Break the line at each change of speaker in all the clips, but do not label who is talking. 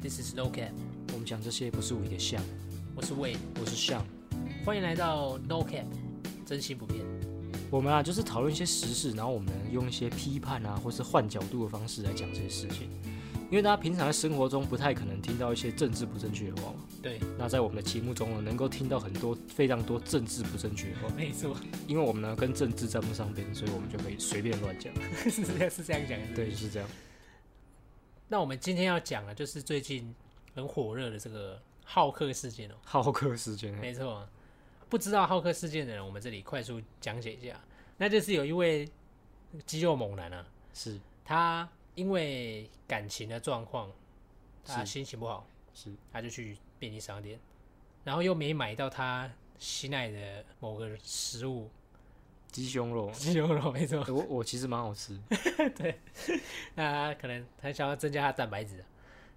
This is No Cap，
我们讲这些不是我也像，
我是 Wade，
我是像，
欢迎来到 No Cap，真心不骗。
我们啊就是讨论一些时事，然后我们用一些批判啊或是换角度的方式来讲这些事情。因为大家平常在生活中不太可能听到一些政治不正确的话嘛，
对，
那在我们的节目中呢，能够听到很多非常多政治不正确的话，
没错，
因为我们呢跟政治沾不上边，所以我们就可以随便乱讲。
是这样是这样讲的。是不是
对，就是这样。
那我们今天要讲的就是最近很火热的这个浩克事件哦。
好客时间欸，
没错，啊不知道浩克事件的人，我们这里快速讲解一下。那就是有一位肌肉猛男啊，
是
他因为感情的状况，他
是
心情不好，
是
他就去便利商店，然后又没买到他心爱的某个食物，。
鸡胸 肉
鸡肉肉没错。
欸我我其实蛮好吃，
那他可能很想要增加他的蛋白质啊，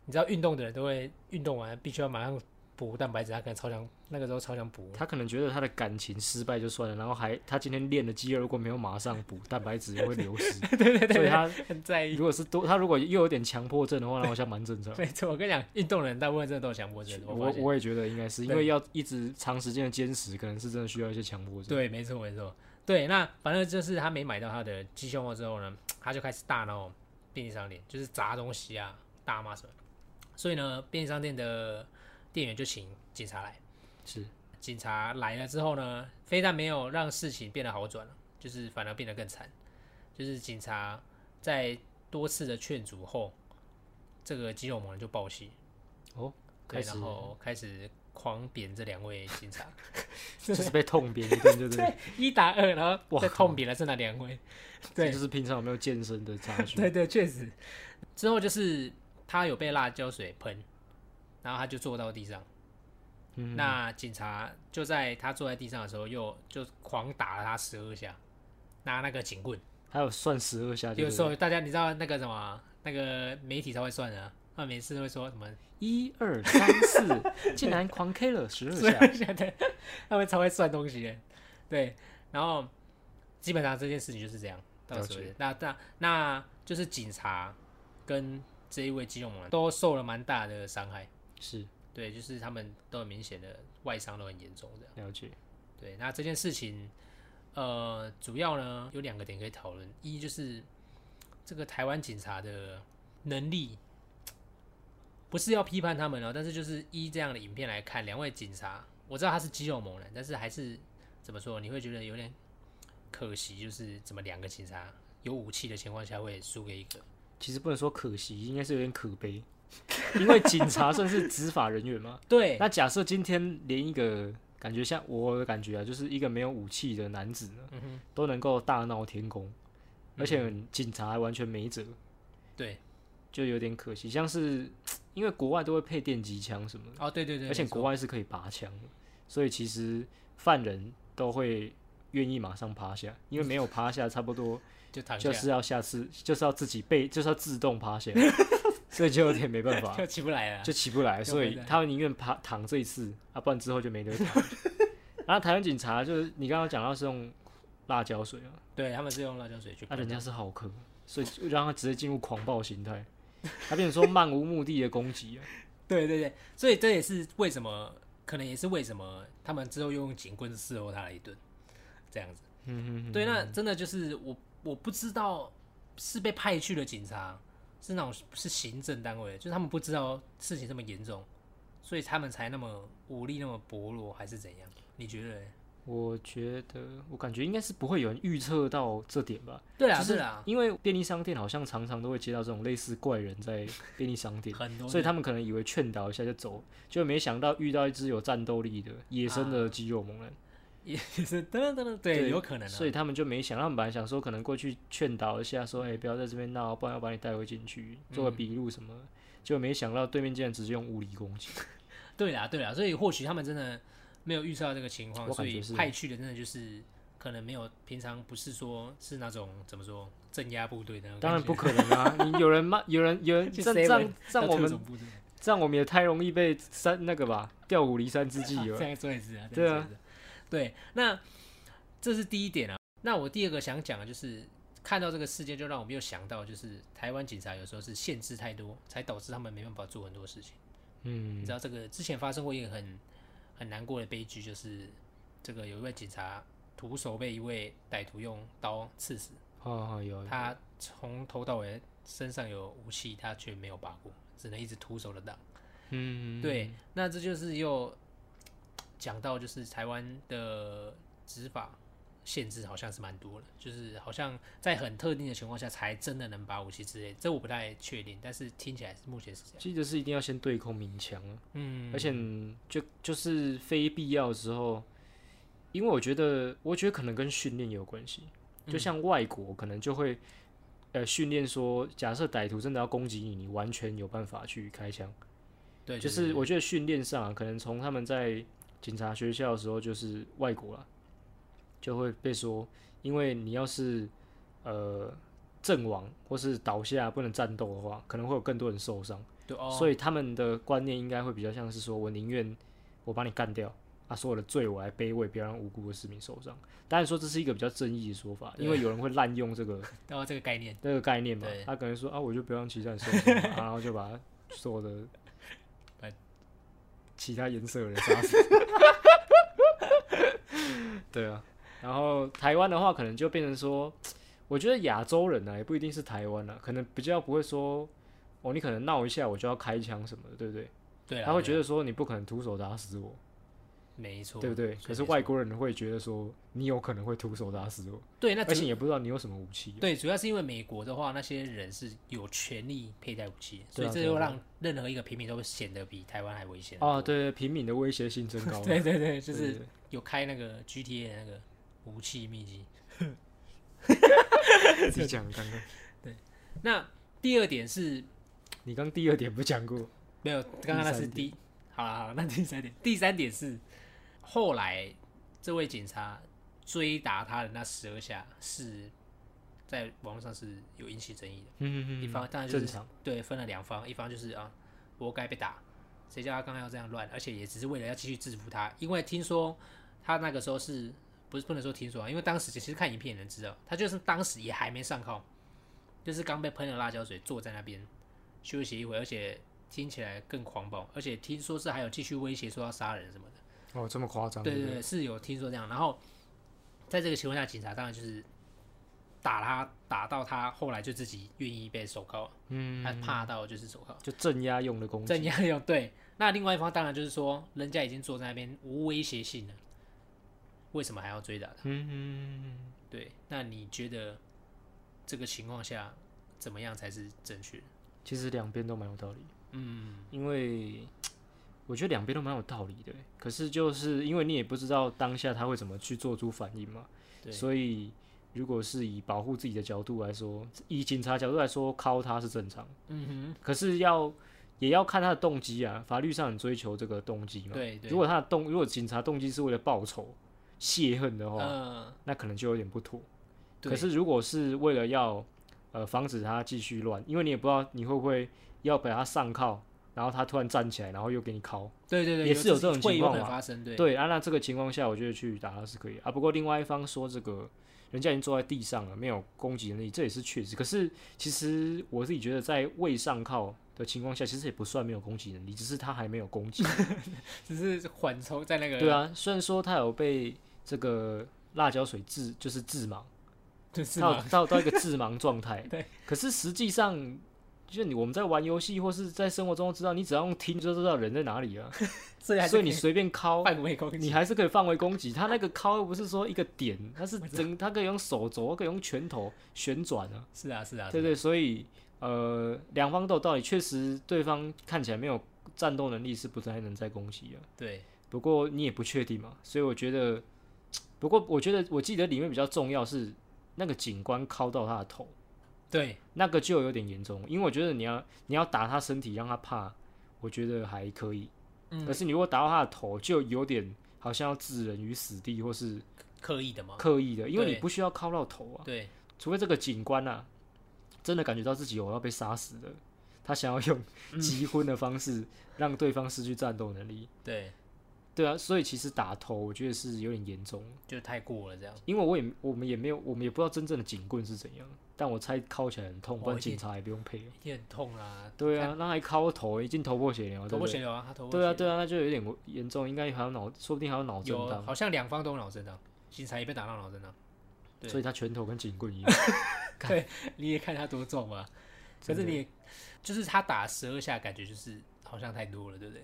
你知道运动的人都会运动完必须要马上补蛋白质，他可能超想那个时候超想补，
他可能觉得他的感情失败就算了，然后还他今天练的肌肉如果没有马上补，蛋白质也会流失，
对 对
所以
对，
他
很在意。
如果是多，他如果又有点强迫症的话，那好像蛮正 常的。
没错，我跟你讲，运动的人大部分真的都有强迫症，
嗯我
发现。
我也觉得应该是因
对
为要一直长时间的坚持，可能是真的需要一些强迫症。
对，没错没错，对，那反正就是他没买到他的鸡胸肉之后呢，他就开始大闹便利商店，就是砸东西啊、大骂什么。所以呢，便利商店的店员就请警察来。
是
警察来了之后呢，非但没有让事情变得好转了，就是反而变得更惨。就是警察在多次的劝阻后，这个肌肉猛人就暴气，
哦，
对，
开始
然后开始狂扁这两位警察。
就是被痛扁一顿，就是
对， 一打二，然后
哇
再痛扁了这哪两位？
这
对
就是平常有没有健身 的差距。
对对，确实。之后就是他有被辣椒水喷，然后他就坐到地上。
嗯
那警察就在他坐在地上的时候又，就狂打了他十二下，拿那个警棍。
还有算十二下，就
有
是
时候大家你知道那个什么，那个媒体才会算的、啊，他们每次都会说什么
一二三四，竟然狂 K 了十二 下，
对，他们超会算东西的，对，然后基本上这件事情就是这样，到此为
了
止。那那那就是警察跟这一位肌肉猛男都受了蛮大的伤害，
是
对，就是他们都很明显的外伤都很严重的，
了解。
对。那这件事情，呃，主要呢有两个点可以讨论，一就是这个台湾警察的能力。不是要批判他们哦，但是就是依这样的影片来看，两位警察，我知道他是肌肉猛男，但是还是怎么说，你会觉得有点可惜，就是怎么两个警察有武器的情况下会输给一个，
其实不能说可惜，应该是有点可悲，因为警察算是执法人员嘛。
对，
那假设今天连一个感觉像我的感觉啊，就是一个没有武器的男子
嗯
呢，都能够大闹天宫，而且警察还完全没辙，
对，
就有点可惜。像是因为国外都会配电击枪什么
哦，对对对，
的，而且
没错
国外是可以拔枪的，所以其实犯人都会愿意马上趴下，因为没有趴下，差不多
就躺下，
就是要下次就是要自己被就是要自动 趴下，所以就有点没办法。
就起不来了啊，
就起不来，
就
所
回
以
来
他们宁愿趴躺这一次，啊，不然之后就没得 躺。然后台湾警察就是你刚刚讲到是用辣椒水嘛，
对他们是用辣椒水去
那、
喷
人家是好客，所以就让他直接进入狂暴形态，他变成说漫无目的的 攻击啊，
对对对，所以这也是为什么，可能也是为什么他们之后又用警棍伺候他了一顿，这样子。
嗯
对，那真的就是我我不知道是被派去的警察，是那种是行政单位的，就是他们不知道事情这么严重，所以他们才那么武力那么薄弱，还是怎样？你觉得嘞？
我觉得我感觉应该是不会有人预测到这点吧，
对啊，
就是
对啊，
因为便利商店好像常常都会接到这种类似怪人在便利商店。
很多
所以他们可能以为劝导一下就走，就没想到遇到一只有战斗力的野生
啊
的肌肉猛人。
也 是等等等等，对，有可能啊
所，以他们就没想，他们本来想说可能过去劝导一下，说哎、不要在这边闹，不然要把你带回进去做个笔录什么的。
嗯
就没想到对面竟然直接用物理攻 击，
对啦对啦，所以或许他们真的没有预测到这个情况，
我
所
感
以
觉是
派去的真的就是可能没有平常不是说是那种怎么说镇压部队的那种感觉，
当然不可能啊！你有人骂，有人 有人
去
这
seven，
样这样这样
到
我
特
们
种部队
这样我们也太容易被三那个吧，调虎离山之计
啊
了
这。样做也是啊，
对啊
这样做也是，对，那这是第一点啊。那我第二个想讲的就是。看到这个事件，就让我们又想到，就是台湾警察有时候是限制太多，才导致他们没办法做很多事情。
嗯
你知道这个之前发生过一个很很难过的悲剧，就是这个有一位警察徒手被一位歹徒用刀刺死，
哦，有有
他从头到尾身上有武器，他却没有拔过，只能一直徒手的挡。
嗯，
对，那这就是又讲到就是台湾的执法限制好像是蛮多的，就是好像在很特定的情况下才真的能拔武器之类，这我不太确定，但是听起来是目前是这样。
记得是一定要先对空鸣枪啊，
嗯，
而且就就是非必要的时候，因为我觉得，我觉得可能跟训练有关系，
嗯
就像外国可能就会。呃，训练说，假设歹徒真的要攻击你，你完全有办法去开枪。
对，
就
就是
我觉得训练上、啊，可能从他们在警察学校的时候，就是外国啦，就会被说，因为你要是呃阵亡或是倒下不能战斗的话，可能会有更多人受伤，
对哦，
所以他们的观念应该会比较像是说，我宁愿我把你干掉。啊，所有的罪我来背，我也不要让无辜的市民受伤。当然说这是一个比较正义的说法，因为有人会滥用这个
然后这个概念，
这个概念嘛
对。
他可能说啊，我就不让其他人受 伤嘛，啊然后就把所有的
把
其他颜色的人杀死。 对啊，然后台湾的话，可能就变成说，我觉得亚洲人呢、啊，也不一定是台湾啊，可能比较不会说，哦，你可能闹一下我就要开枪什么的，对不对？
对啦
他会觉
对
得说你不可能徒手打死我，
没错，
对不对？可是
没错
外国人会觉得说你有可能会徒手打死我，
对那
而
主
且也不知道你有什么武 器啊、
对主要是因为美国的话，那些人是有权利佩戴武器，所
对啊
以这
对啊
又
对啊
让任何一个平民都会显得比台湾还危险。
啊，对，平民的威胁性增高啊了。
对对对，就
对
是有开那个 GTA 的那个武器秘籍。
对对自己讲刚刚，
那第二点是
你刚第二点不讲过？
没有，刚刚那是第，好了好了，那第三点，第三点是后来这位警察追打他的那十二下是在网络上是有引起争议的。
嗯
一方当然就
正
是
常。
对，分了两方，一方就是啊，活该被打，谁叫他刚刚要这样乱，而且也只是为了要继续制服他，因为听说他那个时候是不是不能说听说啊，因为当时其实看影片也能知道，他就是当时也还没上铐，就是刚被喷了辣椒水，坐在那边休息一会，而且听起来更狂暴，而且听说是还有继续威胁说要杀人什么的。
哦，这么夸张？
对
对
对对，是有听说这样。然后在这个情况下，警察当然就是打他，打到他后来就自己愿意被手铐，嗯，他怕到就是手铐，
就镇压用的攻击。
镇压用对。那另外一方当然就是说，人家已经坐在那边无威胁性了，为什么还要追打他？
嗯，
对，那你觉得这个情况下怎么样才是正确的？
其实两边都蛮有道理，
嗯，
因为我觉得两边都蛮有道理的。欸可是就是因为你也不知道当下他会怎么去做出反应嘛，
对，
所以如果是以保护自己的角度来说，以警察角度来说，铐他是正常。
嗯
可是要也要看他的动机啊，法律上很追求这个动机
哼，
嘛。
对对，
如果他的动，如果警察动机是为了报仇、泄恨的话，
呃，
那可能就有点不妥。
对
可是如果是为了要呃防止他继续乱，因为你也不知道你会不会要把他上铐，然后他突然站起来，然后又给你铐。
对对对，
也是有这种
会有
情况
可能
嘛
发生，对
对啊，那这个情况下，我觉得去打他是可以啊。不过另外一方说这个人家已经坐在地上了，没有攻击能力，这也是确实。可是其实我自己觉得，在未上铐的情况下，其实也不算没有攻击能力，只是他还没有攻击。
只是缓冲在那个
对，啊，虽然说他有被这个辣椒水致，就是致盲。
就是
到
嘛。
到到一个致盲状态
对，
可是实际上，就是你我们在玩游戏或是在生活中都知道，你只要用听就知道人在哪里了，
所以还是
所以
可
你随 便敲，
半围攻
哦你还是可以范围攻击。他那个敲又不是说一个点，他是整，他可以用手肘，可以用拳头旋转啊。
是啊是啊，
对对，所以呃，两方都有道理，确实对方看起来没有战斗能力，是不太能再攻击啊。
对
不过你也不确定嘛，所以我觉得，不过我觉得我记得里面比较重要是那个警官敲到他的头。
对
那个就有点严重，因为我觉得你要你要打他身体让他怕，我觉得还可以。
嗯
可是你如果打到他的头，就有点好像要置人于死地或是
刻意的嘛，
刻意的，因为
对
你不需要靠到头啊，
对
除非这个警官啊真的感觉到自己有要被杀死的，
嗯
他想要用击昏的方式让对方失去战斗能力。
对
对啊，所以其实打头我觉得是有点严重，
就太过了这样。
因为我也我们也没有我们也不知道真正的警棍是怎样，但我猜铐起来很痛，不
哦
然
一定
警察也不用赔。
一定很痛啦，
对啊，那还敲头，已经头破血流了，
头破
对不
血
对？
流啊，他头破
对啊，
血
对啊，那就有点严重，应该还有脑，说不定还有脑震
流有啊
荡，
好像两方都有脑震荡，警察也被打到脑震荡， 对
所以他拳头跟警棍一样。
你也看他多重嘛。可是
真的
你也就是他打十二下，感觉就是好像太多了，对不对？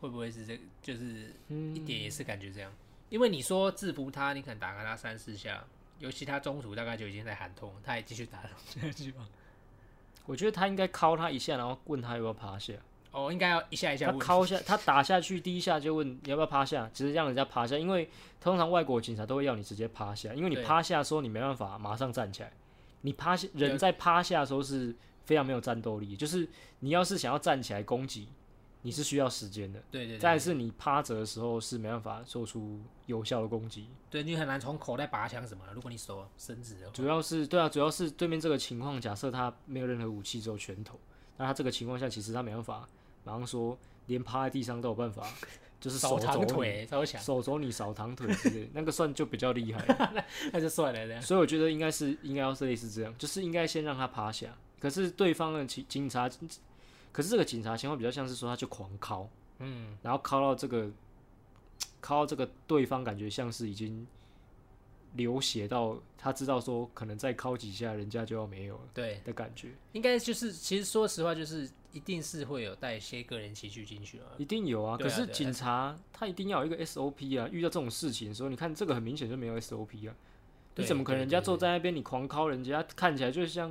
会不会是这就是
嗯
一点也是感觉这样？因为你说制服他，你可能打个他三四下，尤其他中途大概就已经在喊痛，他还继续打 下去吗？
我觉得他应该敲他一下，然后问他要不要趴下。
哦，应该要一下一下
他
问。
敲下，他打下去第一下就问你要不要趴下，只是让人家趴下，因为通常外国警察都会要你直接趴下，因为你
对
趴下的时候你没办法马上站起来，你趴下人在趴下的时候是非常没有战斗力，就是你要是想要站起来攻击，你是需要时间的。
对对
再
对
来是你趴着的时候是没办法做出有效的攻击，
对，你很难从口袋拔枪什么的。如果你手伸直了，
主要是对啊，主要是对面这个情况，假设他没有任何武器，只有拳头，那他这个情况下其实他没办法马上说连趴在地上都有办法，就是
手
肘
长
你
腿超强，
手肘你少躺腿之 类，那个算就比较厉害。
那就算了这样。
所以我觉得应该是应该要是类似这样，就是应该先让他趴下。可是对方的警警察，可是这个警察情况比较像是说他就狂敲，嗯，然后敲到这个敲到这个对方感觉像是已经流血到他知道说可能再敲几下人家就要没有了
对，
的感觉，
应该就是，其实说实话，就是一定是会有带一些个人情绪进去啊。
一定有啊。
对啊
可是
对啊
警察他一定要有一个 SOP 啊，遇到这种事情的时候，你看这个很明显就没有 SOP 啊。你
对
怎么可能人家
对对
坐在那边你狂敲人家，看起来就像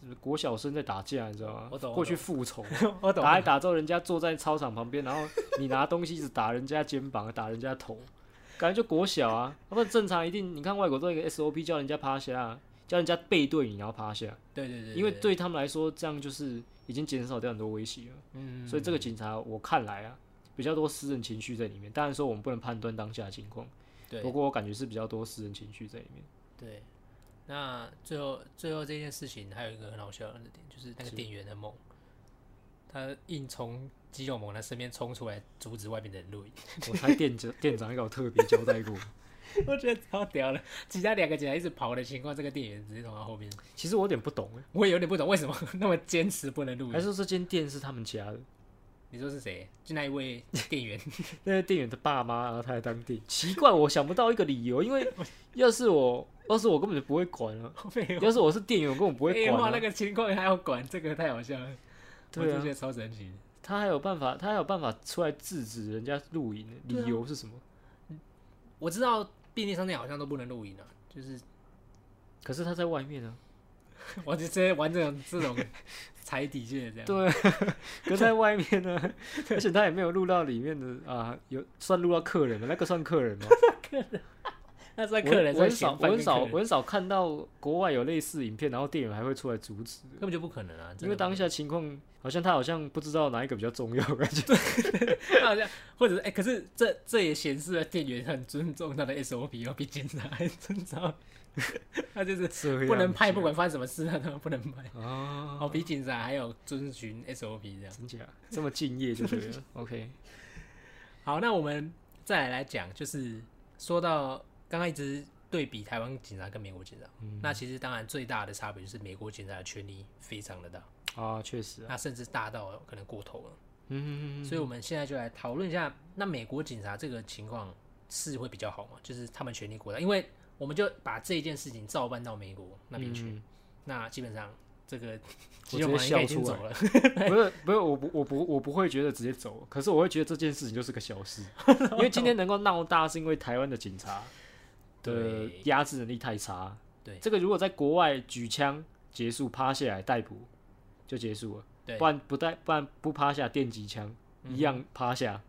是不是国小生在打架，你知道吗？
我懂我
过去复仇，
我 懂，
打一打之后，人家坐在操场旁边，然后你拿东西一直打人家肩膀，打人家头，感觉就国小啊。要不然正常一定，你看外国都有一个 SOP 叫人家趴下啊，叫人家背对你然后趴下，
对对对，
因为对他们来说这样就是已经减少掉很多威胁了。
嗯，
所以这个警察我看来啊，比较多私人情绪在里面。当然说我们不能判断当下的情况，
对
不过我感觉是比较多私人情绪在里面。
对。那最后最后这件事情还有一个很好笑的点，就是那个店员很猛，他硬从肌肉猛男身边冲出来阻止外面的人 录影，
我猜店长店长应该有特别交代过。
我觉得超屌了。其他两个警察一直跑的情况，这个店员直接从他后面，
其实我有点不懂欸，
我也有点不懂为什么 那么坚持不能录
还
影。
是说这间店是他们家的？
你说是谁？就那一位店员，
那个店员的爸妈，然后他在当店。奇怪，我想不到一个理由，因为要是我，要是我根本就不会管啊。
废话
要是我是店 员，我根本不会
废话
管、
哎那
啊。
个情况还要管，这个太好笑了。我
对
就
啊
觉，得超神奇的。
他还有办法，他还有办法出来制止人家露营，理
啊
由是什么？
我知道便利商店好像都不能录影啊，就是
可是他在外面啊。
我就直接玩这种这种踩底线的这样。
对可在外面呢、 而且他也没有录到里面的啊，有算录到客人了，那个算客人吗？
那算客人
我
算
我很少，
嫌
我
犯跟
很少，
客
我
人，
很少看到国外有类似影片，然后店员还会出来阻止，
根本就不可能啊！
因为 当
下
下情况好像他好像不知道哪一个比较重要，感觉
好像或者是哎、可是这这也显示了店员很尊重他的 SOP 哦，比警察还尊重。 他就是
这 样
不能拍，
子
不管发生什么事，他都不能拍。
啊，
哦，比警察还有遵循 SOP 这样。
真假这么敬业就对 了。OK，
好，那我们再来来讲，就是说到刚刚一直对比台湾警察跟美国警察，
嗯
那其实当然最大的差别就是美国警察的权力非常的大，
啊，确实啊，
那甚至大到可能过头了。
嗯，
所以我们现在就来讨论一下，那美国警察这个情况是会比较好吗？就是他们权力过大，因为我们就把这一件事情照搬到美国那边去，
嗯
那基本上这个肌
直接
肉男应该已
笑
经
出
走
来
了，
不是不是，我不我不我不会觉得直接走，可是我会觉得这件事情就是个 小事，因为今天能够闹大是因为台湾的警察的
对
压制能力太差。
对
这个如果在国外举枪结束，趴下来逮捕就结束了，
对嗯
不然不带不然不趴下电击枪一样趴下，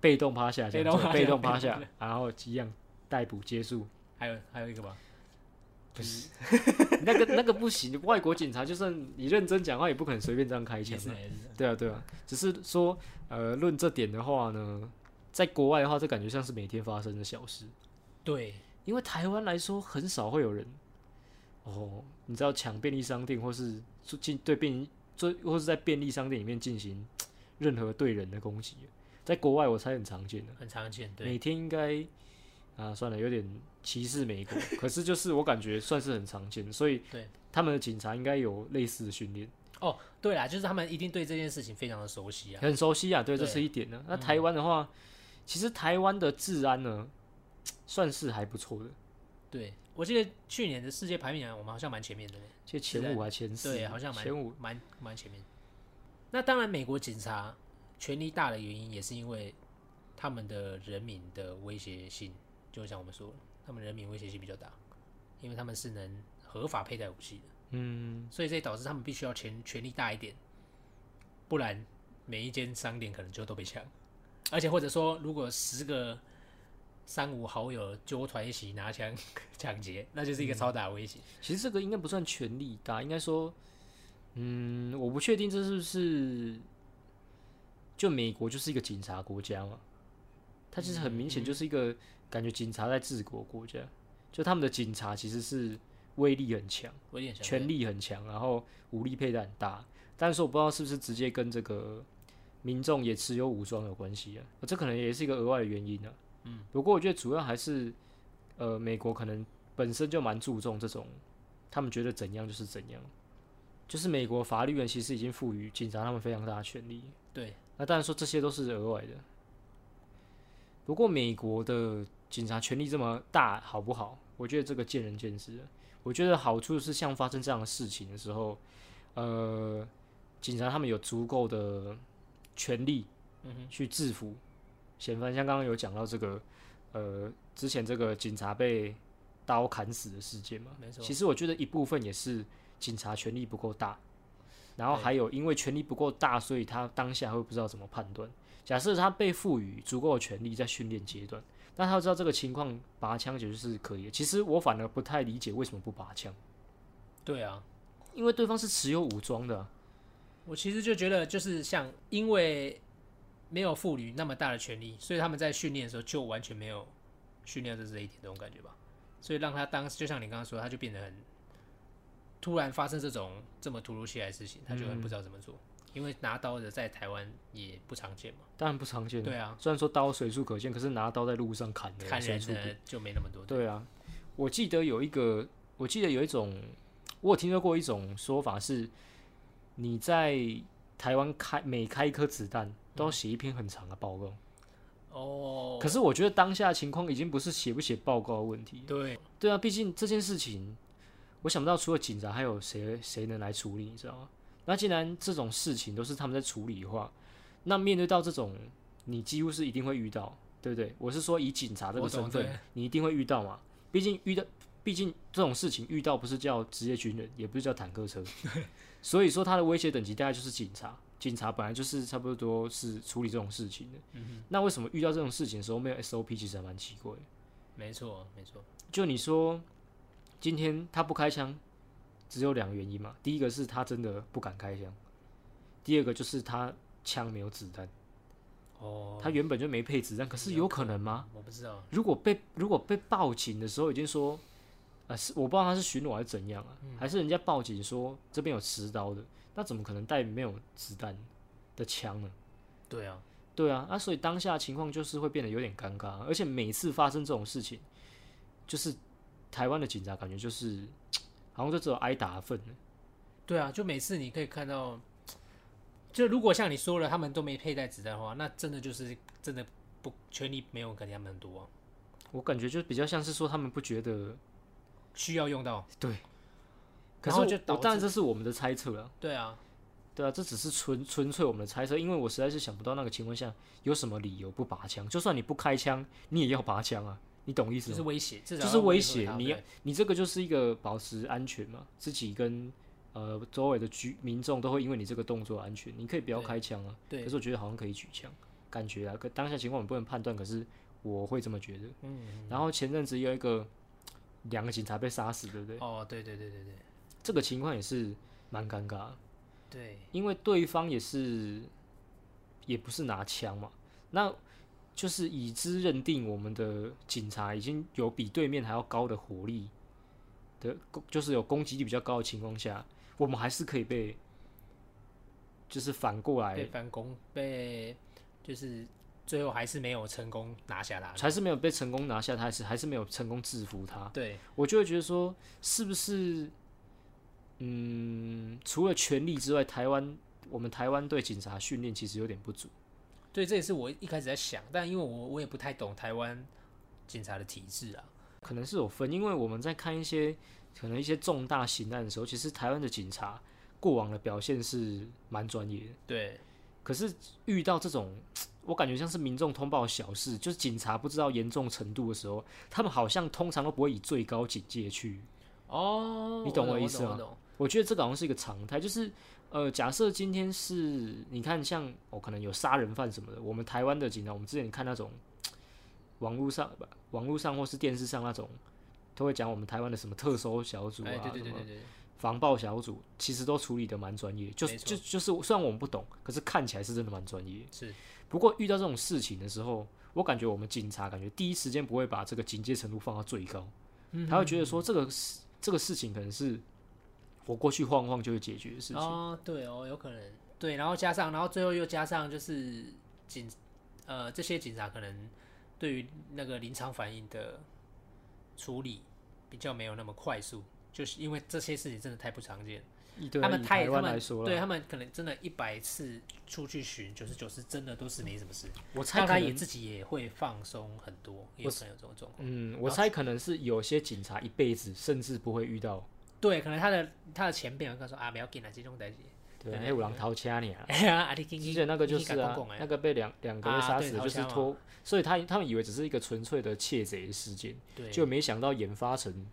被动趴下，
被
讲错
动趴
了
下
被动趴
被
下，然后一样逮捕结束。
还有还有一个吧，
不是，那个那个不行，外国警察就算你认真讲话，也不可能随便这样开枪
也。是也是
对啊，对啊，只是说，呃，论这点的话呢，在国外的话，这感觉像是每天发生的小事，
对
因为台湾来说很少会有人，哦，你知道抢便利商店或是进对便利，做或是在便利商店里面进行任何对人的攻击，在国外我猜很常见的，
很常见，对，
每天应该啊算了，有点歧视 美国，可是就是我感觉算是很常见，所以
对
他们的警察应该有类似的训练，
哦，对啦，就是他们一定对这件事情非常的熟悉啊。
很熟悉啊，对，
对嗯
这是一点呢、那台湾的话，其实台湾的治安呢，算是还不错的，
对，我记得去年的世界排名啊，我们好像蛮前面的，
就前五还前四，
对，好像蛮
前五，
蛮蛮前面。那当然，美国警察权力大的原因也是因为他们的人民的威胁性，就像我们说的，他们人民威胁性比较大，因为他们是能合法佩戴武器的，
嗯，
所以这也导致他们必须要权权力大一点，不然每一间商店可能就都被抢，而且或者说如果十个。三五好友纠团一起拿枪 抢劫，那就是一
嗯
个超大的威胁。
其实这个应该不算权力大，应该说，嗯，我不确定这是不是就美国就是一个警察国家嘛？它其实很明
嗯
显就是一个感觉警察在治国国家，就他们的警察其实是威力很强，
我有点想
权力很强，然后武力配得很大。但是我不知道是不是直接跟这个民众也持有武装有关系啊？这可能也是一个额外的原因啊。嗯，不过我觉得主要还是呃，美国可能本身就蛮注重这种，他们觉得怎样就是怎样，就是美国法律人其实已经赋予警察他们非常大的权利。
对，
那当然说这些都是额外的。不过美国的警察权力这么大，好不好？我觉得这个见仁见智啊。我觉得好处是，像发生这样的事情的时候，呃，警察他们有足够的权力
嗯
去制服嫌犯。像刚刚有讲到这个，呃，之前这个警察被刀砍死的事件嘛，
没错
其实我觉得一部分也是警察权力不够大，然后还有因为权力不够大，所以他当下会不知道怎么判断。假设他被赋予足够的权力，在训练阶段，那他知道这个情况拔枪其实是可以的。其实我反而不太理解为什么不拔枪，
对啊，
因为对方是持有武装的啊、
我其实就觉得，就是像因为没有妇女那么大的权利，所以他们在训练的时候就完全没有训练到这一点这种感觉吧。所以让他当时就像你刚刚说，他就变得很突然发生这种这么突如其来的事情，他就很不知道怎么做，因为拿刀的在台湾也不常见嘛，
当然不常见。
对啊，
虽然说刀随处可见，可是拿刀在路上砍的
砍
随
人
处
的就没那么多。
对啊，我记得有一个，我记得有一种，我有听说过一种说法是，你在台湾开每开一颗子弹都要写一篇很长的报告。
嗯哦，
可是我觉得当下情况已经不是写不写报告的问题。
对，
对啊，毕竟这件事情，我想不到除了警察还有谁谁能来处理，你知道吗？那既然这种事情都是他们在处理的话，那面对到这种，你几乎是一定会遇到，对不对？我是说以警察这个
我懂
身份
对，
你一定会遇到嘛。毕竟遇到，毕竟这种事情遇到不是叫职业军人，也不是叫坦克车，所以说他的威胁等级大概就是警察。警察本来就是差不多是处理这种事情的，
嗯
那为什么遇到这种事情的时候没有 SOP，其实还蛮奇怪的。
没错，没错，
就你说，今天他不开枪，只有两个原因嘛。第一个是他真的不敢开枪，第二个就是他枪没有子弹，
哦，
他原本就没配子弹。可是有可能吗？
啊我不知道，
如果被如果被报警的时候已经说，呃，是我不知道他是巡逻还是怎样啊，还是人家报警说这边有持刀的，那怎么可能带没有子弹的枪呢？
对啊，
对啊，啊，所以当下情况就是会变得有点尴尬，而且每次发生这种事情，就是台湾的警察感觉就是好像就只有挨打的份了。
对啊，就每次你可以看到，就如果像你说了，他们都没佩戴子弹的话，那真的就是真的不权力没有给他们很多啊、
我感觉就比较像是说他们不觉得，
需要用到。
可
然
是
后
我
就导
我
致
当然这是我们的猜测啊，
对啊，
对啊，这只是纯纯粹我们的猜测，因为我实在是想不到那个情况下有什么理由不拔枪，就算你不开枪，你也要拔枪啊，你懂意思
就
吗？
是威胁，至少
就
要
是威
胁
胁
他
你要
对
你这个就是一个保持安全嘛，自己跟呃周围的居民众都会因为你这个动作安全，你可以不要
对
开枪啊。
对
可是我觉得好像可以举枪，感觉啊，可当下情况我不能判断，可是我会这么觉得。嗯。然后前阵子有一个两个警察被杀死，对不对？
哦，对对对对对
这个情况也是蛮尴尬的。
对，
因为对方也是也不是拿枪嘛，那就是已知认定我们的警察已经有比对面还要高的火力的，就是有攻击力比较高的情况下，我们还是可以被就是反过来
被反攻被就是最后还是没有成功拿下他。
还是没有被成功拿下，他还是还是没有成功制服他，
对，
我就会觉得说，是不是，嗯，除了权力之外，台湾我们台湾对警察训练其实有点不足。
对，这也是我一开始在想，但因为我我也不太懂台湾警察的体制啊。
可能是有分，因为我们在看一些可能一些重大刑案的时候，其实台湾的警察过往的表现是蛮专业的，
对，
可是遇到这种我感觉像是民众通报小事，就是警察不知道严重程度的时候，他们好像通常都不会以最高警戒去。
哦，
你懂我
我
意思吗
我懂
我觉得这个好像是一个常态，就是呃，假设今天是你看像哦，可能有杀人犯什么的，我们台湾的警察，我们之前看那种网络上、网络上或是电视上那种，都会讲我们台湾的什么特搜小组啊，
哎，对对
什
对
么
对对，
防爆小组，其实都处理的蛮专业，就
没错
就就是虽然我们不懂，可是看起来是真的蛮专业。
是，
不过遇到这种事情的时候，我感觉我们警察感觉第一时间不会把这个警戒程度放到最高，
嗯
他会觉得说这个事这个事情可能是我过去晃晃就会解决的事情。
哦，对哦，有可能对，然后加上，然后最后又加上就是警，呃，这些警察可能对于那个临场反应的处理比较没有那么快速，就是因为这些事情真的太不常见。
以对
他们
以
太
台
他
湾
们
来说
对啊
啦，
他们可能真的一百次出去巡，九十九次真的都是没什么事。
我猜
当
可
然也
能
自己也会放松很多，也有可能有这种状况。
嗯，我猜可能是有些警察一辈子甚至不会遇到
对，可能他的他的前辈会跟他说啊，不要紧啦，这种代志。
对
对
黑五郎掏掐你啊。
哎呀， 啊你
之前那个就是啊，那个被两两个被
啊
杀
对
死，
掏
就是
枪嘛
偷，所以他他们以为只是一个纯粹的窃贼事件，
对，
就没想到研发成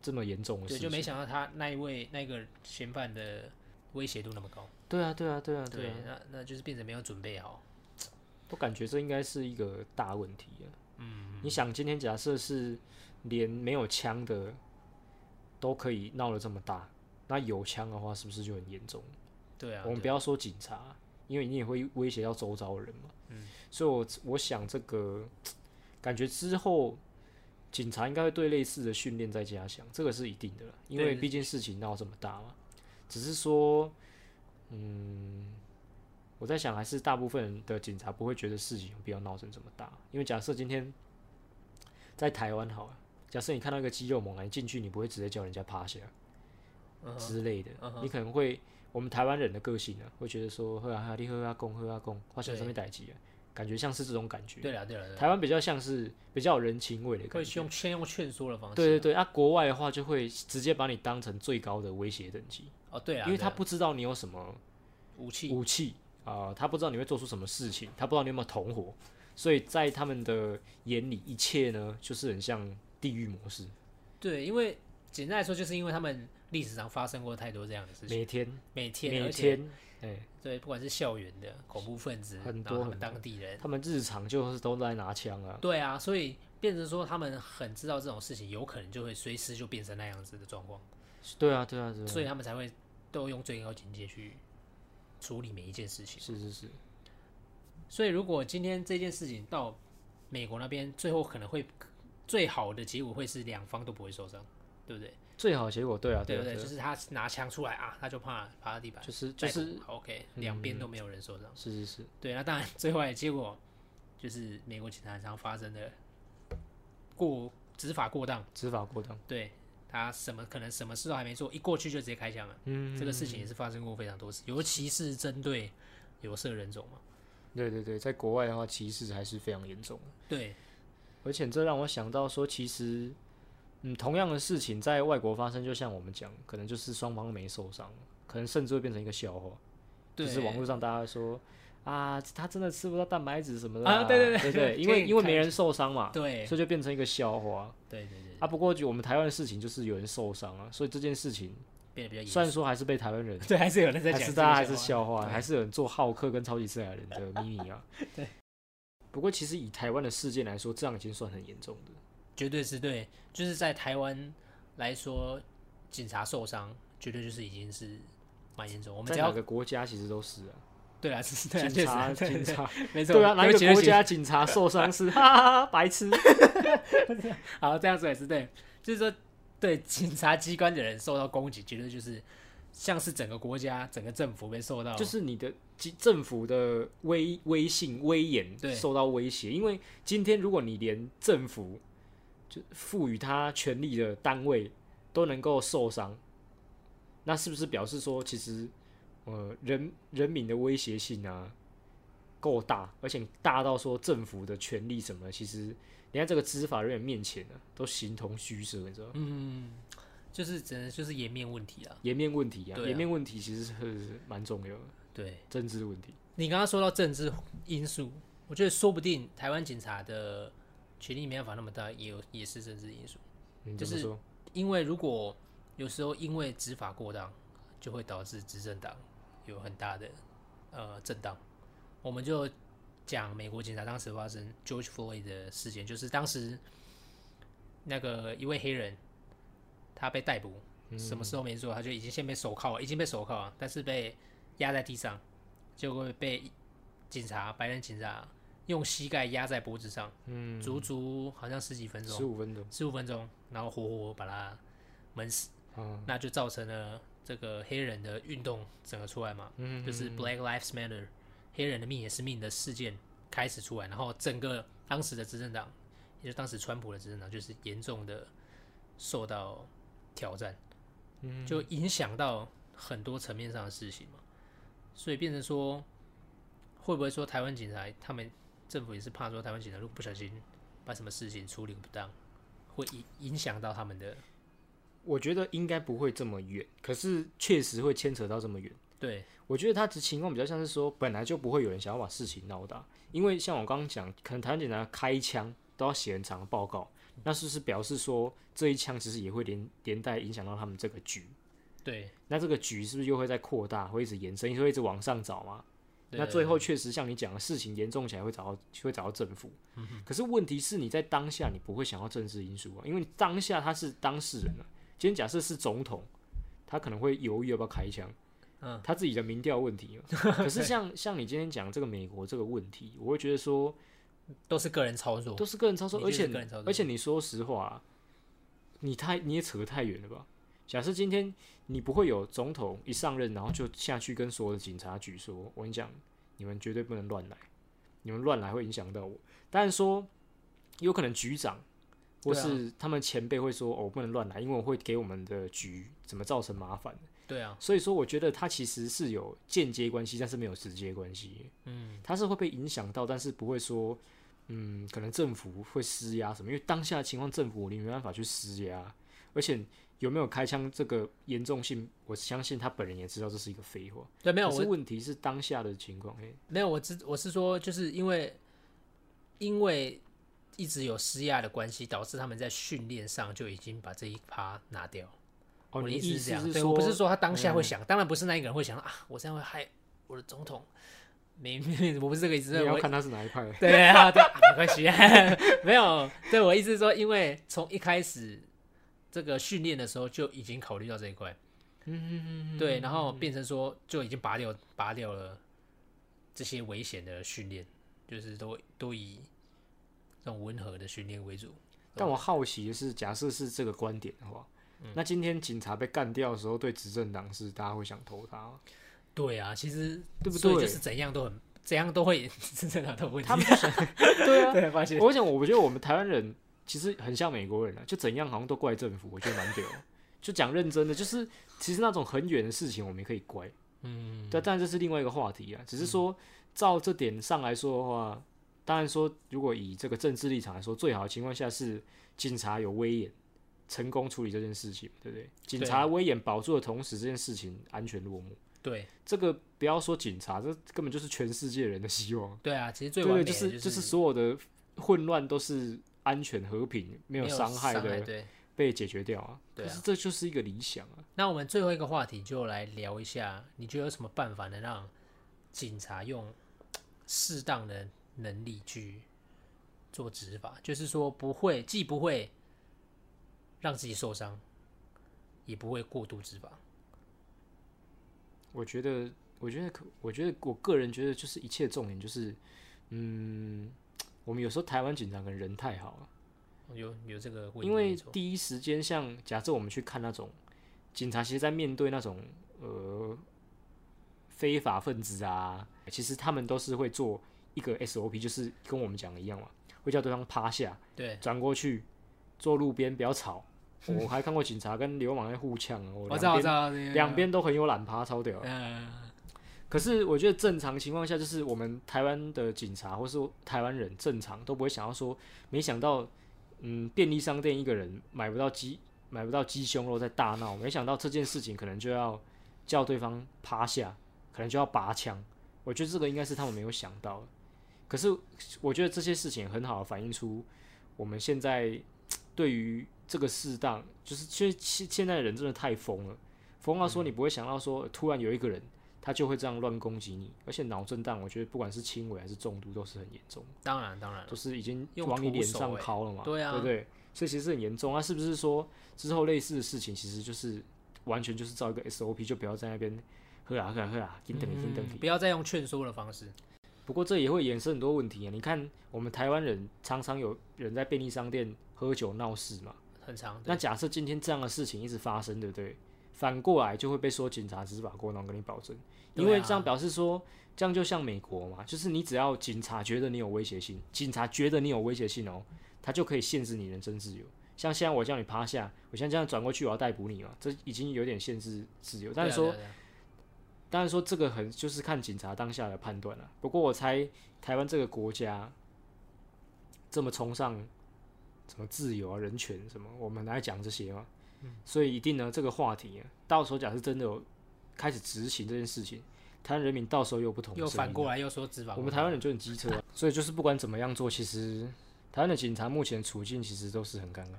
这么严重的事
对，就
情。
没想到他那一位那个嫌犯的威胁度那么高。
对啊，对啊，对啊，对啊，
那那就是变成没有准备好。
我感觉这应该是一个大问题啊。嗯，你想，今天假设是连没有枪的都可以闹得这么大，那有枪的话是不是就很严重？
对啊
我，们不要说警察，因为你也会威胁到周遭的人嘛。嗯，所以我我想这个感觉之后，警察应该会对类似的训练再加强，这个是一定的啦，因
对
为毕竟事情闹这么大嘛。只是说，嗯，我在想，还是大部分的警察不会觉得事情有必要闹成这么大，因为假设今天在台湾好了，假设你看到一个肌肉猛男进去，你不会直接叫人家趴下。
嗯哼
之类的，你可能会我们台湾人的个性呢、啊，会觉得说喝啊喝啊，你喝啊供喝啊供，花钱上面逮鸡啊，感觉像是这种感觉。
对了对了对啦，
台湾比较像是比较有人情味的感
会
觉。
用先用劝说的方式。
对对对，啊，国外的话就会直接把你当成最高的威胁等级，
哦对啊，
因为
对
他
啊
不知道你有什么
武器
武器啊、他不知道你会做出什么事情，他不知道你有没有同伙，所以在他们的眼里，一切呢就是很像地狱模式，
对，因为简单来说，就是因为他们历史上发生过太多这样的事情，
每天
每天
每
而且
天，哎、
对，不管是校园的恐怖分子，
很
然后
多
他们
很
当地人，
他们日常就是都在拿枪啊，
对啊，所以变成说他们很知道这种事情有可能就会随时就变成那样子的状况，
对啊，对啊，对啊，
所以他们才会都用最高警戒去处理每一件事情。
是是是，
所以如果今天这件事情到美国那边，最后可能会最好的结果会是两方都不会受伤，对不对？
最好的结果，对啊，
对
啊，
不对？
对啊
就，是他拿枪出来啊，他就怕趴到地板，
就是就是嗯
再捅 OK，两边都没有人受伤。
是是是，
对，那当然最坏的结果就是美国警察常发生的过执法过当，
执法过当，
对他什么可能什么事都还没做，一过去就直接开枪了。
嗯，
这个事情也是发生过非常多次，尤其是针对有色人种嘛。
对对对，在国外的话，歧视还是非常严重的，
对，
而且这让我想到说，其实，嗯，同样的事情在外国发生，就像我们讲，可能就是双方没受伤，可能甚至会变成一个笑话，
对
就是网络上大家会说啊，他真的吃不到蛋白质什么的
啊
啦
对对
对
对
对，因
可
为
以
因为
看
没人受伤嘛，
对
所以就变成一个笑话
对对对，
啊。不过就我们台湾的事情就是有人受伤啊，所以这件事情
变得比较严
虽然说还是 被台湾人。
对，还是有 人在
还
讲，
是大家还是笑话，
对
还是有人做好客跟超级赛亚人 的秘密啊。
对。
不过其实以台湾的事件来说，这样已经算很严重的。
绝对是对，就是在台湾来说，警察受伤绝对就是已经是蛮严重。我们
在
只
哪
要
个国家其实都是啊，
对啊，是对啊，
警察
确实
警，察，
对没错，
对啊，
哪
哪个国家警察受伤是 哈哈哈白痴？
好，这样说也是对，就是说对警察机关的人受到攻击，绝对就是像是整个国家、整个政府被受到，
就是你的政政府的威威信、威严
对
受到威胁，因为今天如果你连政府就赋予他权力的单位都能够受伤，那是不是表示说，其实呃人人民的威胁性啊够大，而且大到说政府的权力什么，其实你在这个执法人员面前呢、都形同虚设，你知道吗？
嗯，就是只能就是颜面问题啊。
颜面问题啊，
对啊
颜面问题其实是是蛮重要的，
对
政治问题。
你刚刚说到政治因素，我觉得说不定台湾警察的权力没办法那么大，也有也是政治因素。
嗯，
就
怎么
是
说？
因为如果有时候因为执法过当，就会导致执政党有很大的呃震荡。我们就讲美国警察当时发生 George Floyd 的事件，就是当时那个一位黑人他被逮捕，什么事都没做，他就已经先被手铐，已经被手铐了，但是被压在地上，结果被警察白人警察用膝盖压在脖子上，嗯，足足好像十几分钟。
十五分钟。
十五分钟，然后活活把它闷死，那就造成了这个黑人的运动整个出来嘛，
嗯
就是 Black Lives Matter，黑人的命也是命的事件开始出来，然后整个当时的执政党，也就是当时川普的执政党，就是严重的受到挑战，嗯，就影响到很多层面上的事情嘛，所以变成说，会不会说台湾警察他们政府也是怕说台湾警察如果不小心把什么事情处理不当，会影影响到他们的
我觉得应该不会这么远，可是确实会牵扯到这么远。
对
我觉得他的情况比较像是说，本来就不会有人想要把事情闹大，因为像我刚刚讲，可能台湾警察开枪都要写很长的报告，那是不是表示说这一枪其实也会连连带影响到他们这个局？
对
那这个局是不是又会再扩大，会一直延伸，因为会一直往上找嘛？
对
那最后确实像你讲的事情严重起来会找到会找到政府，
嗯
可是问题是你在当下你不会想要政治因素啊，因为你当下他是当事人啊。今天假设是总统，他可能会犹豫要不要开枪，
嗯，
他自己的民调问题 嘛。可是像像你今天讲这个美国这个问题，我会觉得说
都是个人操作，
都是个人操作，
你
而
就是
且
个人操作
而且你说实话、啊，你太你也扯太远了吧？假设今天你不会有总统一上任，然后就下去跟所有的警察局说：“我跟你讲，你们绝对不能乱来，你们乱来会影响到我。”但是说有可能局长或
对啊
是他们前辈会说：“哦，不能乱来，因为我会给我们的局怎么造成麻烦。”
对啊，
所以说，我觉得它其实是有间接关系，但是没有直接关系。嗯，它是会被影响到，但是不会说，嗯，可能政府会施压什么，因为当下的情况，政府你没办法去施压，而且有没有开枪这个严重性，我相信他本人也知道这是一个废话。
对没有
可
我
是问题是当下的情况，嘿，
没有我只我是说就是因为因为一直有施压的关系，导致他们在训练上就已经把这一趴拿掉。
哦，
我的
你
意
意
是这
思
样，
是
对
说，嗯
我不是说他当下会想，当然不是那一个人会想啊，我这样会害我的总统。没，没我不是这个意思，
你
我
要看他是哪一派，
对啊，对，没关系，啊 没有。对我意思是说，因为从一开始这个训练的时候就已经考虑到这一块，嗯，对，然后变成说就已经拔掉拔掉了这些危险的训练，就是都都以这种温和的训练为主。
但我好奇的是，假设是这个观点的话。
嗯
那今天警察被干掉的时候，对执政党是大家会想投他吗？
对啊，其实
对不
所以
对
就是怎样都很怎样都会 是真的都有问题。
他们就想，对 啊，
对发现
我想，我觉得我们台湾人其实很像美国人啊，就怎样好像都怪政府，我觉得蛮屌的。就讲认真的，就是其实那种很远的事情我们也可以怪，嗯，但但这是另外一个话题啊。只是说，照这点上来说的话，当然说，如果以这个政治立场来说，最好的情况下是警察有威严，成功处理这件事情，对不对？警察威严保住的同时，这件事情安全落幕。
对
这个不要说警察，这根本就是全世界人的希望。
对啊，其实最
对
完美
对，
的
就是
就是
所有的混乱都是安全和平，没
没
有伤害的
对。
被解决掉啊。
对啊
可是这就是一个理想啊。
那我们最后一个话题就来聊一下，你觉得有什么办法能让警察用适当的能力去做执法？就是说不会，既不会让自己受伤，也不会过度执法。
我觉得，我觉得可，我觉得我个人觉得，就是一切重点就是，嗯，我们有时候台湾警察可能人太好啊了，
有有这个问题没错，
因为第一时间像假设我们去看那种警察，其实在面对那种呃非法分子啊，其实他们都是会做一个 SOP，就是跟我们讲的一样嘛，会叫对方趴下，
对，
转过去坐路边，不要吵。我还看过警察跟流氓在互呛哦，
我
两
知道，我知
边
道，那个
两，边都很有懒趴，超屌的。
嗯，
可是我觉得正常情况下，就是我们台湾的警察或是台湾人正常都不会想要说，没想到，嗯，便利商店一个人买不到鸡买不到鸡胸肉在大闹，没想到这件事情可能就要叫对方趴下，可能就要拔枪。我觉得这个应该是他们没有想到的。可是我觉得这些事情很好的反映出我们现在对于这个适当，就是其实现现在的人真的太疯了，疯到说你不会想到说突然有一个人。他就会这样乱攻击你，而且脑震荡，我觉得不管是轻微还是重度都是很严重，
当然，当然了，
就是已经
嗯用
往你
徒
脸
手
上
欸
敲了嘛，
对啊
对不对？所以其实很严重。那是不是说之后类似的事情，其实就是完全就是照一个 SOP，就不要在那边喝啊喝啊喝啊，紧等你，紧等
嗯
你。
不要再用劝说的方式，
不过这也会衍生很多问题啊。你看，我们台湾人常常有人在便利商店喝酒闹事嘛。
很长，
那
对，
假设今天这样的事情一直发生，对不对？反过来就会被说警察执法过当，我跟你保证，因
对
为
啊
这样表示说，这样就像美国嘛，就是你只要警察觉得你有威胁性，警察觉得你有威胁性哦，他就可以限制你人身自由。像现在我叫你趴下，我现在这样转过去，我要逮捕你嘛，这已经有点限制自由。但是
对
说
啊，对啊对啊
当然说这个很就是看警察当下的判断了、不过我猜台湾这个国家这么崇尚什么自由啊、人权什么，我们来讲这些嘛，
嗯
所以一定呢这个话题、啊，到时候假设真的有开始执行这件事情，台湾人民到时候又有不同的
又
声
反
音啊
过来又说执法过当，
我们台湾人就很机车啊、所以就是不管怎么样做，其实台湾的警察目前处境其实都是很尴尬。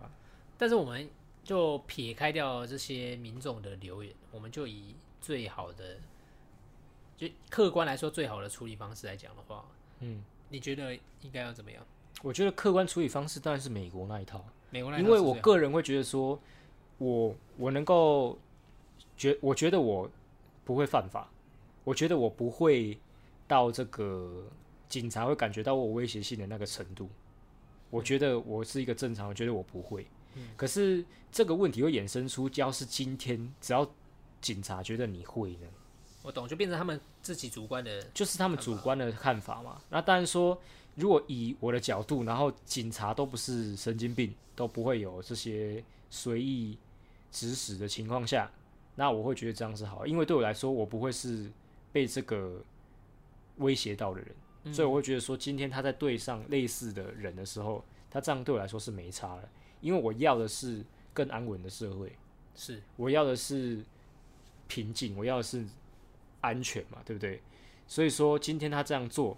但是我们就撇开掉这些民众的留言，我们就以最好的，就客观来说最好的处理方式来讲的话，嗯，你觉得应该要怎么样？
我觉得客观处理方式当然是美国那一套。啊
美国那一套
因为
是
我
最好
个人会觉得说，我我能够觉，我觉得我不会犯法，我觉得我不会到这个警察会感觉到我有威胁性的那个程度。我觉得我是一个正常人，我觉得我不会。可是这个问题会衍生出，要是今天只要警察觉得你会呢，
我懂，就变成他们自己主观的，
就是他们主观的看法嘛。那当然说，如果以我的角度，然后警察都不是神经病，都不会有这些随意指使的情况下，那我会觉得这样是好的，因为对我来说，我不会是被这个威胁到的人，所以我会觉得说，今天他在对上类似的人的时候，他这样对我来说是没差的，因为我要的是更安稳的社会。
是
我要的是平静，我要的是安全嘛，对不对？所以说，今天他这样做，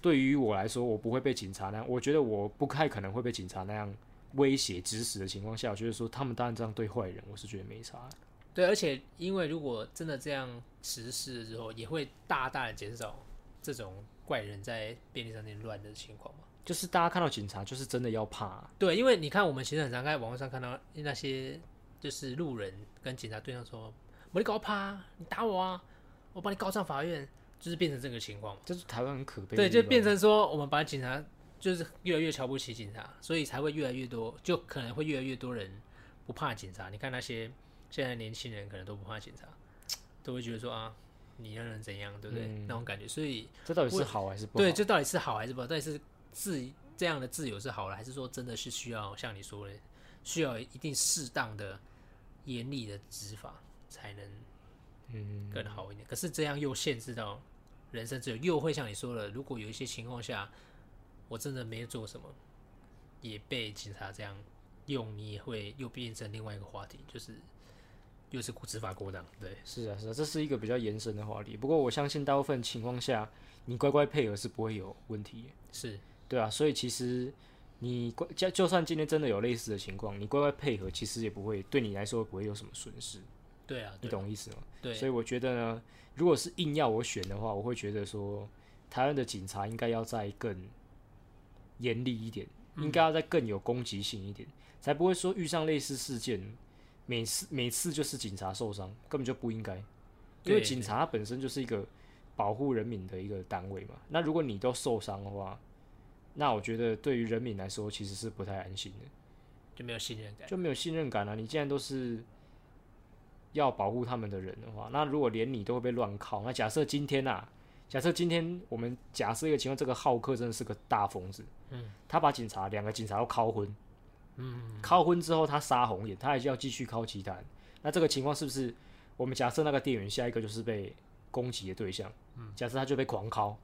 对于我来说，我不会被警察那样，我觉得我不太可能会被警察那样威胁、指使的情况下，我觉得说他们当然这样对坏人，我是觉得没啥。
对，而且因为如果真的这样实施了之后，也会大大的减少这种怪人在便利商店乱的情况嘛。
就是大家看到警察，就是真的要怕、啊
对，因为你看，我们其实很常在网络上看到那些就是路人跟警察对象说：“我你搞趴啊，你打我啊，我把你告上法院。”就是变成这个情况嘛。
这是台湾很可悲的
对，
地
就
方
变成说我们把警察就是越来越瞧不起警察，所以才会越来越多，就可能会越来越多人不怕警察。你看那些现在年轻人可能都不怕警察，都会觉得说啊，你让人怎样，对不对？那种感觉，所以
这到底是好还是不好？
对，这到底是好还是不好？到底是自这样的自由是好了，还是说真的是需要像你说的，需要一定适当的、严厉的执法才能嗯更好一点？可是这样又限制到人身自由，又会像你说的，如果有一些情况下我真的没做什么，也被警察这样用，你也会又变成另外一个话题，就是又是执法过当，对。
是啊，是啊，这是一个比较延伸的话题。不过我相信大部分情况下，你乖乖配合是不会有问题的。
是，
对啊，所以其实你乖，就就算今天真的有类似的情况，你乖乖配合，其实也不会对你来说不会有什么损失，
对啊，
你
对，
懂意思吗？
对，
所以我觉得呢，如果是硬要我选的话，我会觉得说，台湾的警察应该要再更严厉一点，
嗯
应该要再更有攻击性一点，才不会说遇上类似事件，每次每次就是警察受伤，根本就不应该，因为
对
警察它本身就是一个保护人民的一个单位嘛。那如果你都受伤的话，那我觉得对于人民来说其实是不太安心的。
就没有信任感。
就没有信任感啊！你既然都是要保护他们的人的话，那如果连你都会被乱铐，那假设今天啊，假设今天我们假设一个情况，这个浩克真的是个大疯子，嗯，他把警察两个警察都铐昏，嗯，铐昏之后他杀红眼，他还是要继续铐其他人，那这个情况是不是我们假设那个店员下一个就是被攻击的对象，嗯，假设他就被狂铐，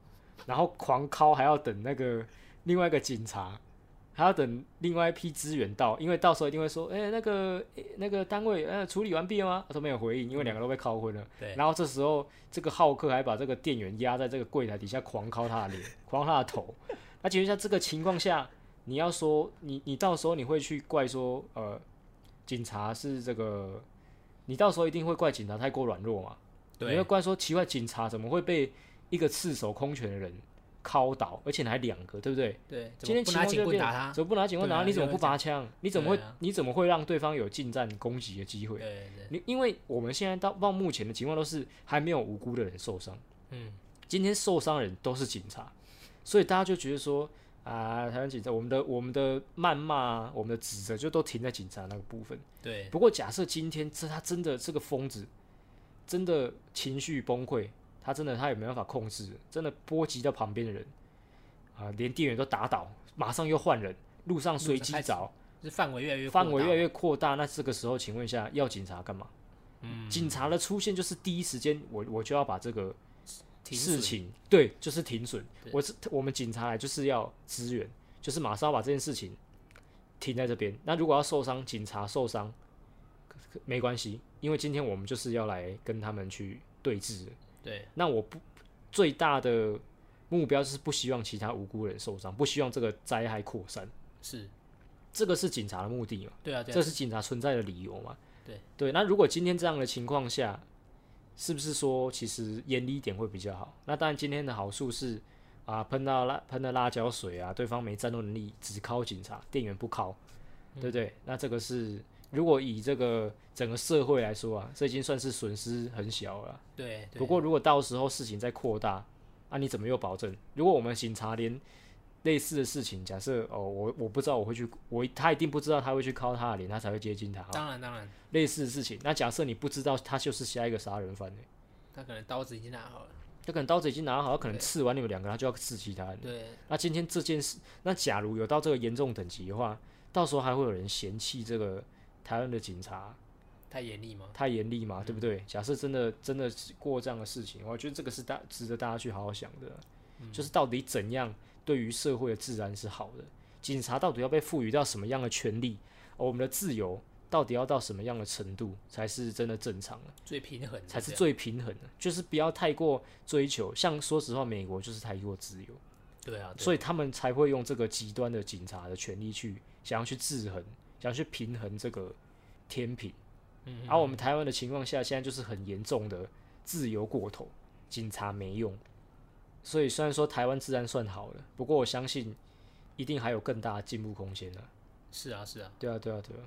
然后狂铐还要等那个另外一个警察。还要等另外一批资源到，因为到时候一定会说，哎、那个、诶那个单位呃处理完毕了吗？他说没有回应，因为两个都被铐昏了。
对，
然后这时候这个浩克还把这个店员压在这个柜台底下狂敲他的 脸，狂敲他的头。那请问一下，这个情况下，你要说你你到时候你会去怪说呃警察是这个，你到时候一定会怪警察太过软弱嘛？你会
对，
怪说奇怪，警察怎么会被一个赤手空拳的人敲倒，而且你还两个，对不对？
对，怎
今
么
天
不
情
拿
况就
警
会
棍
变
打他？
怎么不拿警棍
对啊
打他？你
就
怎么
会
不
这样
拔枪？你怎么会
对啊
你怎么会让对方有近战攻击的机会
对？对，
你因为我们现在到到目前的情况都是还没有无辜的人受伤，
嗯，
今天受伤的人都是警察，所以大家就觉得说啊，台湾警察，我们的我们的谩骂啊，我们的指责就都停在警察那个部分。
对，
不过假设今天这他真的这个疯子，真的情绪崩溃，他真的他也没办法控制，真的波及到旁边的人啊、连店员都打倒，马上又换人，路上随机
开始
找，
就是范围越来越
范围越来
越
越扩大，那这个时候，请问一下，要警察干嘛？
嗯
警察的出现就是第一时间，我我就要把这个
停
事
止，
情，对，就是停损
对。
我是我们警察来就是要支援，就是马上要把这件事情停在这边。那如果要受伤，警察受伤可可没关系，因为今天我们就是要来跟他们去对峙的。
对
那我不最大的目标就是不希望其他无辜人受伤，不希望这个灾害扩散，
是，
这个是警察的目的嘛。
对啊对
这
啊，
是警察存在的理由嘛？
对
对，那如果今天这样的情况下，是不是说其实严厉一点会比较好？那当然，今天的好处是啊，喷到辣喷的辣椒水啊，对方没战斗能力，只靠警察，店员不靠，
嗯
对不对？那这个是如果以这个整个社会来说啊，这已经算是损失很小了啊。
对对，
不过如果到时候事情再扩大，啊，你怎么又保证？如果我们警察连类似的事情，假设哦，我我不知道我会去，我他一定不知道他会去敲他的脸，他才会接近他。哦
当然当然，
类似的事情，那假设你不知道他就是下一个杀人犯、欸，
他可能刀子已经拿好了，
他可能刀子已经拿好，他可能刺完你们两个，他就要刺其他人。
对
那今天这件事，那假如有到这个严重等级的话，到时候还会有人嫌弃这个台湾的警察
太严厉吗？
太严厉嘛，对不对？假设真的真的是过这样的事情，我觉得这个是大值得大家去好好想的，就是到底怎样对于社会的治安是好的，警察到底要被赋予到什么样的权利，而我们的自由到底要到什么样的程度才是真的正常的，
最平衡的
才是
这样
最平衡的，就是不要太过追求。像说实话，美国就是太过自由，
对啊，对
所以他们才会用这个极端的警察的权利去想要去制衡，想要去平衡这个天平。啊
嗯
而、我们台湾的情况下，现在就是很严重的自由过头，警察没用。所以虽然说台湾治安算好了，不过我相信一定还有更大的进步空间的、
是啊是啊，
对啊，对啊，对啊，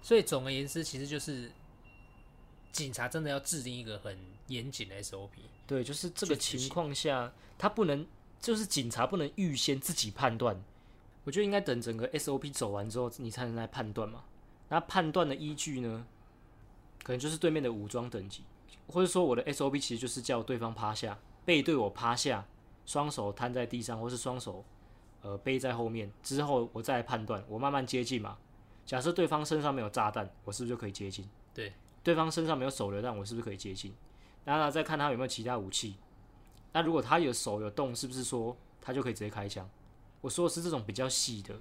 所以总而言之，其实就是警察真的要制定一个很严谨的 SOP，
对，就是这
确
个
实是
情况下，他不能，就是警察不能预先自己判断。我觉得应该等整个 SOP 走完之后，你才能来判断嘛。那判断的依据呢，可能就是对面的武装等级，或者说我的 SOP 其实就是叫对方趴下，背对我趴下，双手摊在地上，或是双手呃背在后面，之后我再来判断，我慢慢接近嘛。假设对方身上没有炸弹，我是不是就可以接近？
对，
对方身上没有手榴弹，我是不是可以接近？然后呢再看他有没有其他武器。那如果他有手有动，是不是说他就可以直接开枪？我说的是这种比较细的，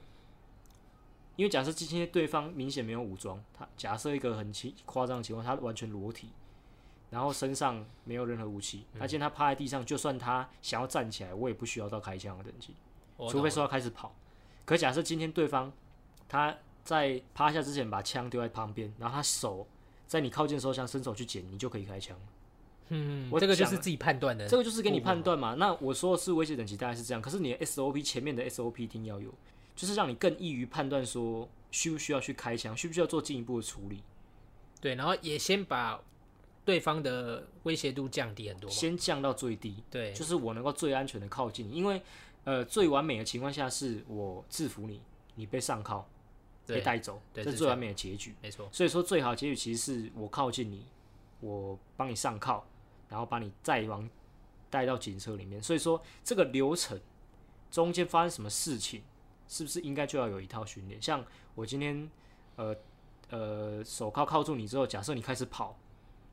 因为假设今天对方明显没有武装，他假设一个很奇夸张的情况，他完全裸体，然后身上没有任何武器，那今天他趴在地上，就算他想要站起来，我也不需要到开枪的等级。
我
除非
懂
说他开始跑。可假设今天对方他在趴下之前把枪丢在旁边，然后他手在你靠近的时候想伸手去捡，你就可以开枪。
嗯，
我
这个就
讲
是自己判断的，
这个就是给你
不一样
判断嘛。那我说的是威胁等级大概是这样，可是你的 SOP 前面的 SOP 一定要有，就是让你更易于判断说需不需要去开枪，需不需要做进一步的处理，
对，然后也先把对方的威胁度降低很多嘛，
先降到最低。
对
就是我能够最安全的靠近你，因为呃最完美的情况下是我制服你，你被上铐，被
对
带走，
对这
这是最
是
完美的结局。
没错，
所以说，最好的结局其实是我靠近你，我帮你上铐，然后把你再往带到警车里面。所以说，这个流程中间发生什么事情，是不是应该就要有一套训练？像我今天，呃呃，手铐铐住你之后，假设你开始跑，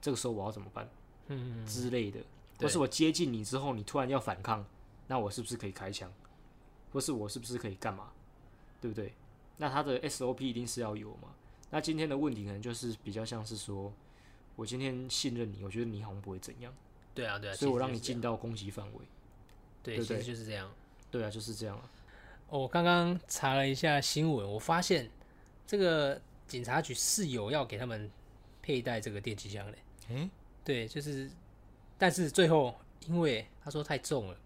这个时候我要怎么办？
嗯，
之类的，
对
或是我接近你之后，你突然要反抗，那我是不是可以开枪？或是我是不是可以干嘛？对不对？那他的 SOP 一定是要有嘛？那今天的问题可能就是比较像是说，我今天信任你，我觉得你好像不会怎样，
对啊，对啊，
所以我让你
其实
进到攻击范围。
就是这样，对，
对
其
对
实就是这样。
对啊，就是这样啊。
哦我刚刚查了一下新闻，我发现这个警察局是有要给他们佩戴这个电击枪的。
诶
对，就是，但是最后因为他说太重了，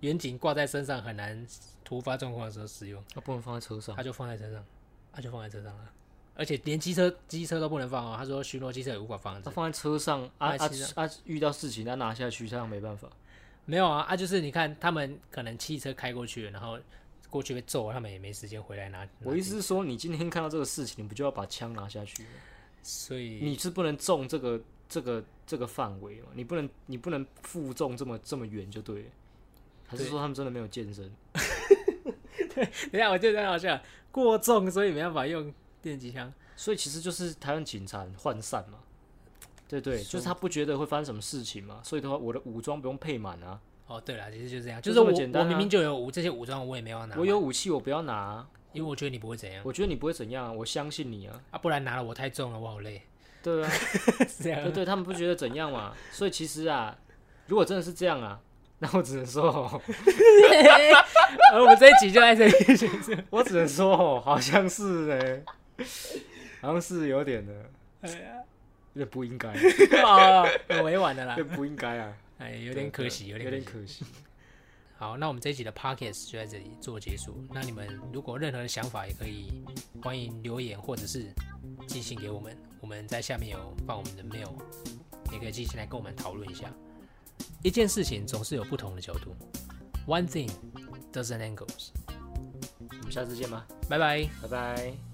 远景挂在身上很难突发状况的时候使用，
那不能放在车上
他就放在车上，他就放在车上了。而且连机车机车都不能放哦，他说巡逻机车也无法放
他
置。
放在车上啊
放
啊
在车
啊！遇到事情他拿下去，这样没办法。
没有啊啊，就是你看他们可能汽车开过去了，然后过去被揍，他们也没时间回来拿。拿
我意思是说，你今天看到这个事情，你不就要把枪拿下去吗？
所以
你是不能中这个这个这个范围嘛？你不能你不能负重这么这么远就对了，还是
对
说他们真的没有健身？
等一下，我觉得很好笑，过重所以没办法用电击枪。
所以其实就是台湾警察很涣散嘛，对不对，
说
就是他不觉得会发生什么事情嘛，所以的话我的武装不用配满啊，
哦，对了，其实就是这样，就
就是这
我、
么简单啊
我明明就有武这些武装，我也没有要拿，
我有，武器我不要拿啊、
因为我觉得你不会怎样
我觉得你不会怎样啊、我相信你啊，
啊，不然拿了我太重了，我好累，
对啊，
是这样
对。对，他们不觉得怎样嘛，所以其实啊，如果真的是这样啊，那我只能说 哦，
而呃我们这一集就在这里 结束。
我只能说哦，好像是哎、好像是有点的，
哎
有点不应 该。
哦，很委婉的啦
这，不应该啊，
哎，有点可惜，有
对
点
有
可
点
惜。
可惜。
好，那我们这一集的 podcast 就在这里做结束。那你们如果有任何的想法，也可以欢迎留言或者是寄信给我们，我们在下面有放我们的 mail，也可以寄信来跟我们讨论一下。一件事情总是有不同的角度，One thing doesn't angles。
我们下次见吧，
拜拜。
拜拜。